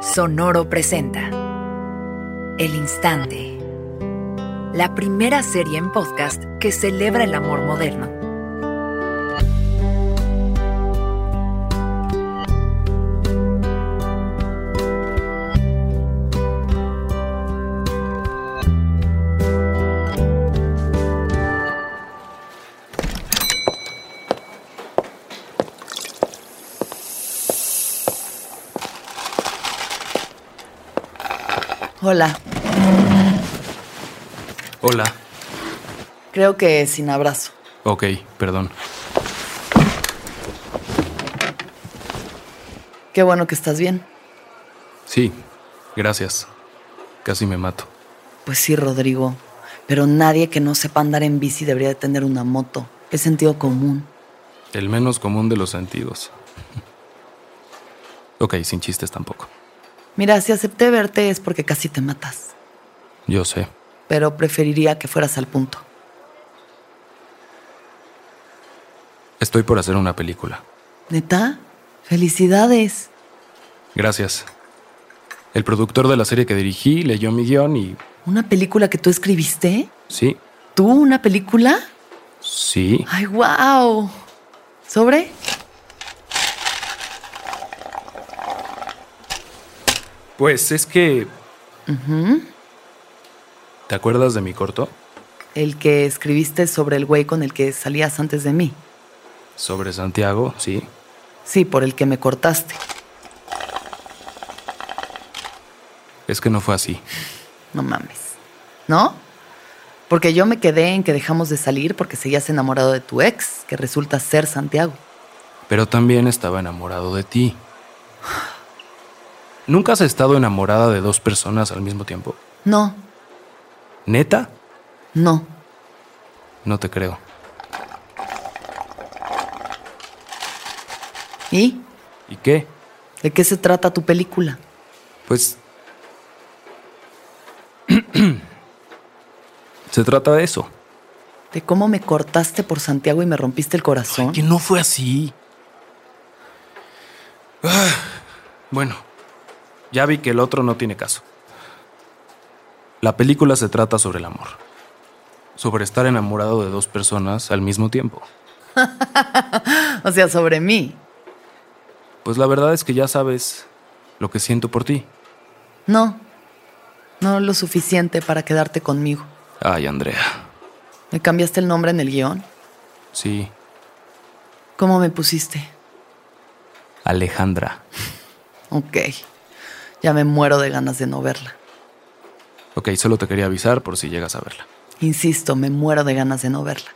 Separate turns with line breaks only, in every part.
Sonoro presenta El Instante, la primera serie en podcast que celebra el amor moderno.
Hola,
Hola.
creo que sin abrazo.
Ok, perdón.
Qué bueno que estás bien.
Sí, gracias. Casi me mato.
Pues sí, Rodrigo, pero nadie que no sepa andar en bici debería de tener una moto. Es sentido común.
El menos común de los sentidos. Ok, sin chistes tampoco.
Mira, si acepté verte es porque casi te matas,
Yo sé.
pero preferiría que fueras al punto.
Estoy por hacer una película.
¿Neta? Felicidades.
Gracias. El productor de la serie que dirigí leyó mi guión y...
¿Una película que tú escribiste?
Sí,
¿Tú una película?
sí.
¡Ay, wow! ¿Sobre?
Pues es que... ¿Te acuerdas de mi corto?
El que escribiste sobre el güey con el que salías antes de mí.
Sobre Santiago, sí.
Sí, por el que me cortaste.
Es que no fue así.
No mames. ¿No? Porque yo me quedé en que dejamos de salir porque seguías enamorado de tu ex, que resulta ser Santiago.
pero también estaba enamorado de ti. ¿Nunca has estado enamorada de dos personas al mismo tiempo?
No,
¿Neta?
no.
No te creo.
¿Y?
¿Y qué?
¿De qué se trata tu película?
Pues... Se trata de eso.
¿De cómo me cortaste por Santiago y me rompiste el corazón?
Que no fue así. Ah, Bueno, ya vi que el otro no tiene caso. La película se trata sobre el amor. Sobre estar enamorado de dos personas al mismo tiempo.
O sea, sobre mí.
Pues la verdad es que ya sabes lo que siento por ti.
No. No lo suficiente para quedarte conmigo.
Ay, Andrea.
¿Me cambiaste el nombre en el guión?
Sí,
¿Cómo me pusiste?
Alejandra.
Ok. Ya me muero de ganas de no verla.
Ok, solo te quería avisar por si llegas a verla.
Insisto, me muero de ganas de no verla.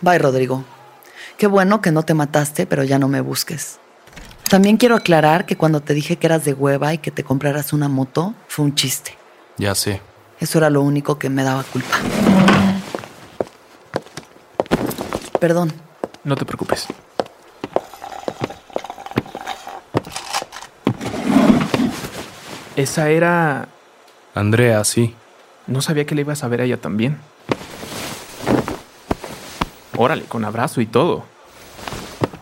Bye, Rodrigo. Qué bueno que no te mataste, pero ya no me busques. También quiero aclarar que cuando te dije que eras de hueva y que te compraras una moto, fue un chiste.
Ya sé.
Eso era lo único que me daba culpa. Perdón,
No te preocupes.
Esa era...
Andrea, sí.
No sabía que le ibas a ver a ella también. Órale, con abrazo y todo.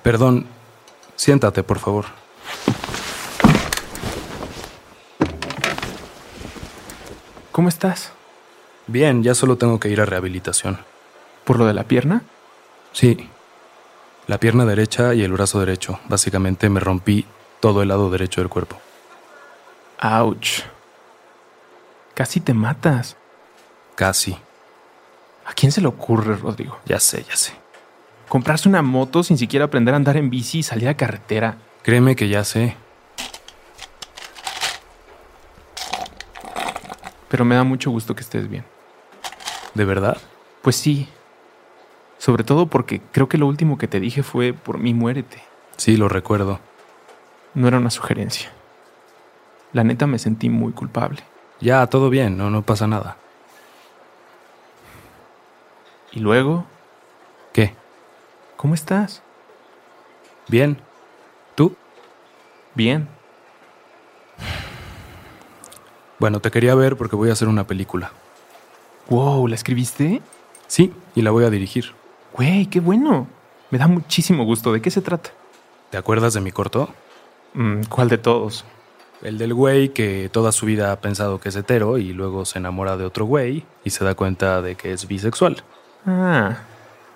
Perdón. Siéntate, por favor.
¿Cómo estás?
Bien, ya solo tengo que ir a rehabilitación.
¿Por lo de la pierna?
Sí. La pierna derecha y el brazo derecho. Básicamente me rompí todo el lado derecho del cuerpo.
Ouch. Casi te matas.
Casi.
¿A quién se le ocurre, Rodrigo?
Ya sé, ya sé.
Comprarse una moto sin siquiera aprender a andar en bici y salir a carretera.
Créeme que ya sé.
Pero me da mucho gusto que estés bien.
¿De verdad?
Pues sí. Sobre todo porque creo que lo último que te dije fue por mí muérete.
Sí, lo recuerdo.
No era una sugerencia. La neta me sentí muy culpable.
Ya, todo bien, no, no pasa nada.
Y luego,
¿Qué?
¿cómo estás?
¿Bien? ¿Tú?
Bien.
Bueno, te quería ver porque voy a hacer una película.
Wow, ¿la escribiste?
Sí, y la voy a dirigir.
Güey, qué bueno. Me da muchísimo gusto. ¿De qué se trata?
¿Te acuerdas de mi corto?
Mm, ¿Cuál de todos?
El del güey que toda su vida ha pensado que es hetero y luego se enamora de otro güey y se da cuenta de que es bisexual.
Ah,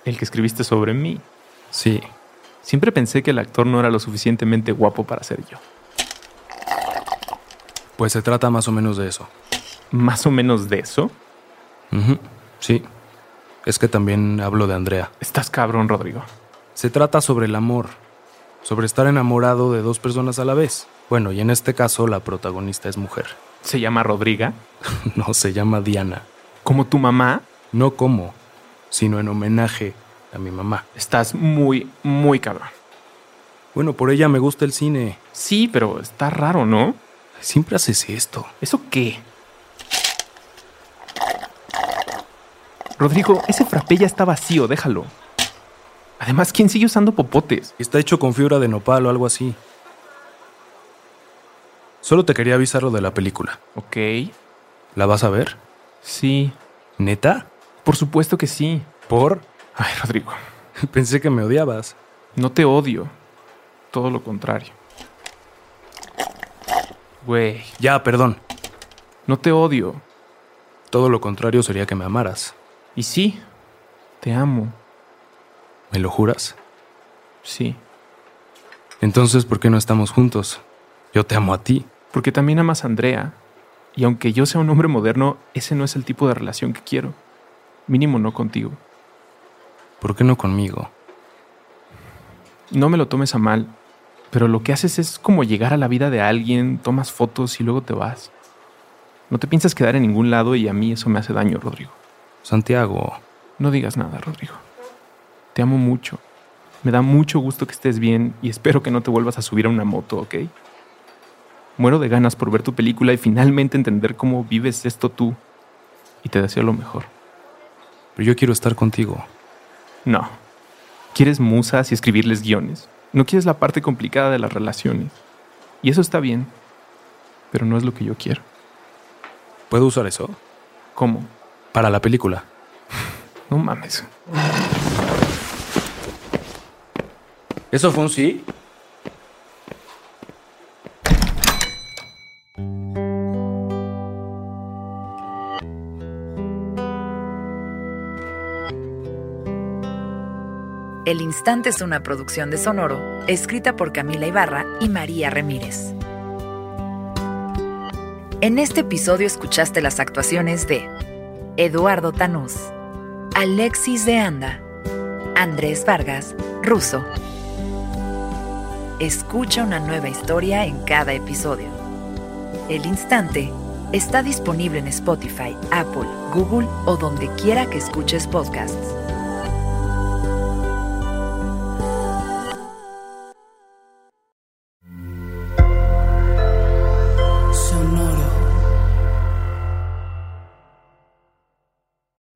el que escribiste sobre mí.
Sí.
Siempre pensé que el actor no era lo suficientemente guapo para ser yo.
Pues se trata más o menos de eso.
Más o menos de eso.
Ujú, Sí. Es que también hablo de Andrea.
Estás cabrón, Rodrigo.
Se trata sobre el amor, sobre estar enamorado de dos personas a la vez. Bueno, y en este caso la protagonista es mujer.
¿Se llama Rodriga?
No, se llama Diana.
¿Como tu mamá?
No como, sino en homenaje a mi mamá.
Estás muy, muy cabrón.
Bueno, por ella me gusta el cine.
Sí, pero está raro, ¿no?
Siempre haces esto.
¿Eso qué? Rodrigo, ese frappé ya está vacío, déjalo. Además, ¿quién sigue usando popotes?
Está hecho con fibra de nopal o algo así. Solo te quería avisar lo de la película.
Ok,
¿La vas a ver?
sí.
¿Neta?
Por supuesto que sí.
¿Por?
Ay, Rodrigo,
Pensé que me odiabas.
no te odio. Todo lo contrario. Güey,
Ya, perdón.
no te odio.
Todo lo contrario sería que me amaras.
Y sí, te amo.
¿Me lo juras?
Sí.
Entonces, ¿por qué no estamos juntos? Yo te amo a ti.
Porque también amas a Andrea. Y aunque yo sea un hombre moderno, ese no es el tipo de relación que quiero. Mínimo no contigo.
¿Por qué no conmigo?
No me lo tomes a mal, pero lo que haces es como llegar a la vida de alguien, tomas fotos y luego te vas. No te piensas quedar en ningún lado y a mí eso me hace daño, Rodrigo.
Santiago,
No digas nada, Rodrigo. Te amo mucho. Me da mucho gusto que estés bien y espero que no te vuelvas a subir a una moto, ¿ok? Muero de ganas por ver tu película y finalmente entender cómo vives esto tú. Y te deseo lo mejor.
pero yo quiero estar contigo.
No. Quieres musas y escribirles guiones. No quieres la parte complicada de las relaciones. Y eso está bien. Pero no es lo que yo quiero.
¿Puedo usar eso?
¿Cómo?
Para la película.
No mames.
¿Eso fue un sí?
El Instante es una producción de Sonoro, escrita por Camila Ibarra y María Ramírez. En este episodio escuchaste las actuaciones de Eduardo Tanús, Alexis de Anda, Andrés Vargas, Russo. Escucha una nueva historia en cada episodio. El Instante está disponible en Spotify, Apple, Google o donde quiera que escuches podcasts.